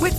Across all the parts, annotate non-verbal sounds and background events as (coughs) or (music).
With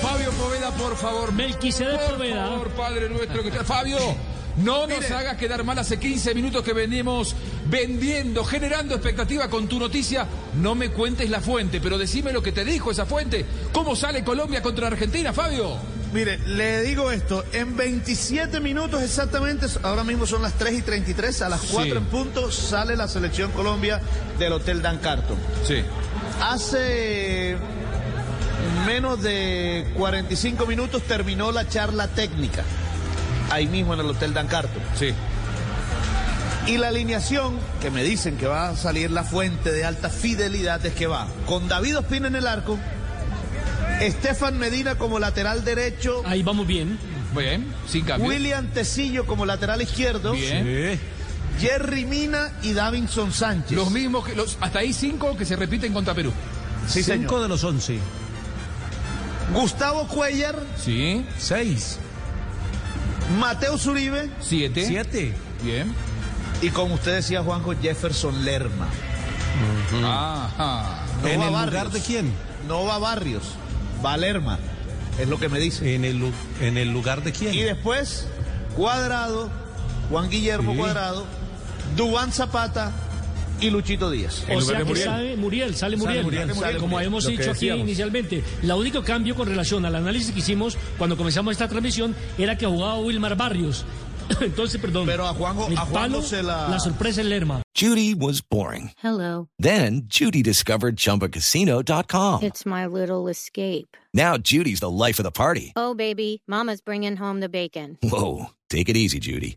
Fabio Poveda, por favor. Melquisedec por Poveda. favor, Padre nuestro. que está- Fabio, no nos hagas quedar mal hace 15 minutos que venimos vendiendo, generando expectativa con tu noticia. No me cuentes la fuente, pero decime lo que te dijo esa fuente. ¿Cómo sale Colombia contra Argentina, Fabio? Mire, le digo esto, en 27 minutos exactamente, ahora mismo son las 3 y 33, a las 4 en punto sale la selección Colombia del Hotel Dan Carton. Sí. Hace menos de 45 minutos terminó la charla técnica, ahí mismo en el Hotel Dan Carton. Sí. Y la alineación, que me dicen que va a salir la fuente de alta fidelidad, es que va con David Ospina en el arco, Estefan Medina como lateral derecho. Ahí vamos bien. Bien, sin cambio. William Tecillo como lateral izquierdo, Bien. Jerry Mina y Davinson Sánchez. Los mismos que los hasta ahí cinco que se repiten contra Perú. Sí, señor. de los 11. Gustavo Cuellar, Sí. 6. Mateo Zuribe Siete. 7. Bien. y como usted decía Juanjo Jefferson Lerma. Ajá. No ¿En va el Barrios. lugar de quién? No va Barrios, va Lerma, es lo que me dice. ¿En el, lu- en el lugar de quién? Y después Cuadrado, Juan Guillermo Sí. Cuadrado, Dubán Zapata y Luchito Díaz. O sea que sale Muriel, sale Muriel. Muriel, Como sale como Muriel, habíamos lo que dicho aquí decíamos. inicialmente, la único cambio con relación al análisis que hicimos cuando comenzamos esta transmisión era que jugaba Wilmar Barrios. (coughs) Entonces, perdón. Pero a Juanjo- el a Juanjo palo, se la- la sorpresa es Lerma. Judy was boring. Hello, Then Judy discovered ChumbaCasino.com. it's my little escape. Now Judy's the life of the party. Oh, baby, Mama's bringing home the bacon. Whoa, take it easy, Judy.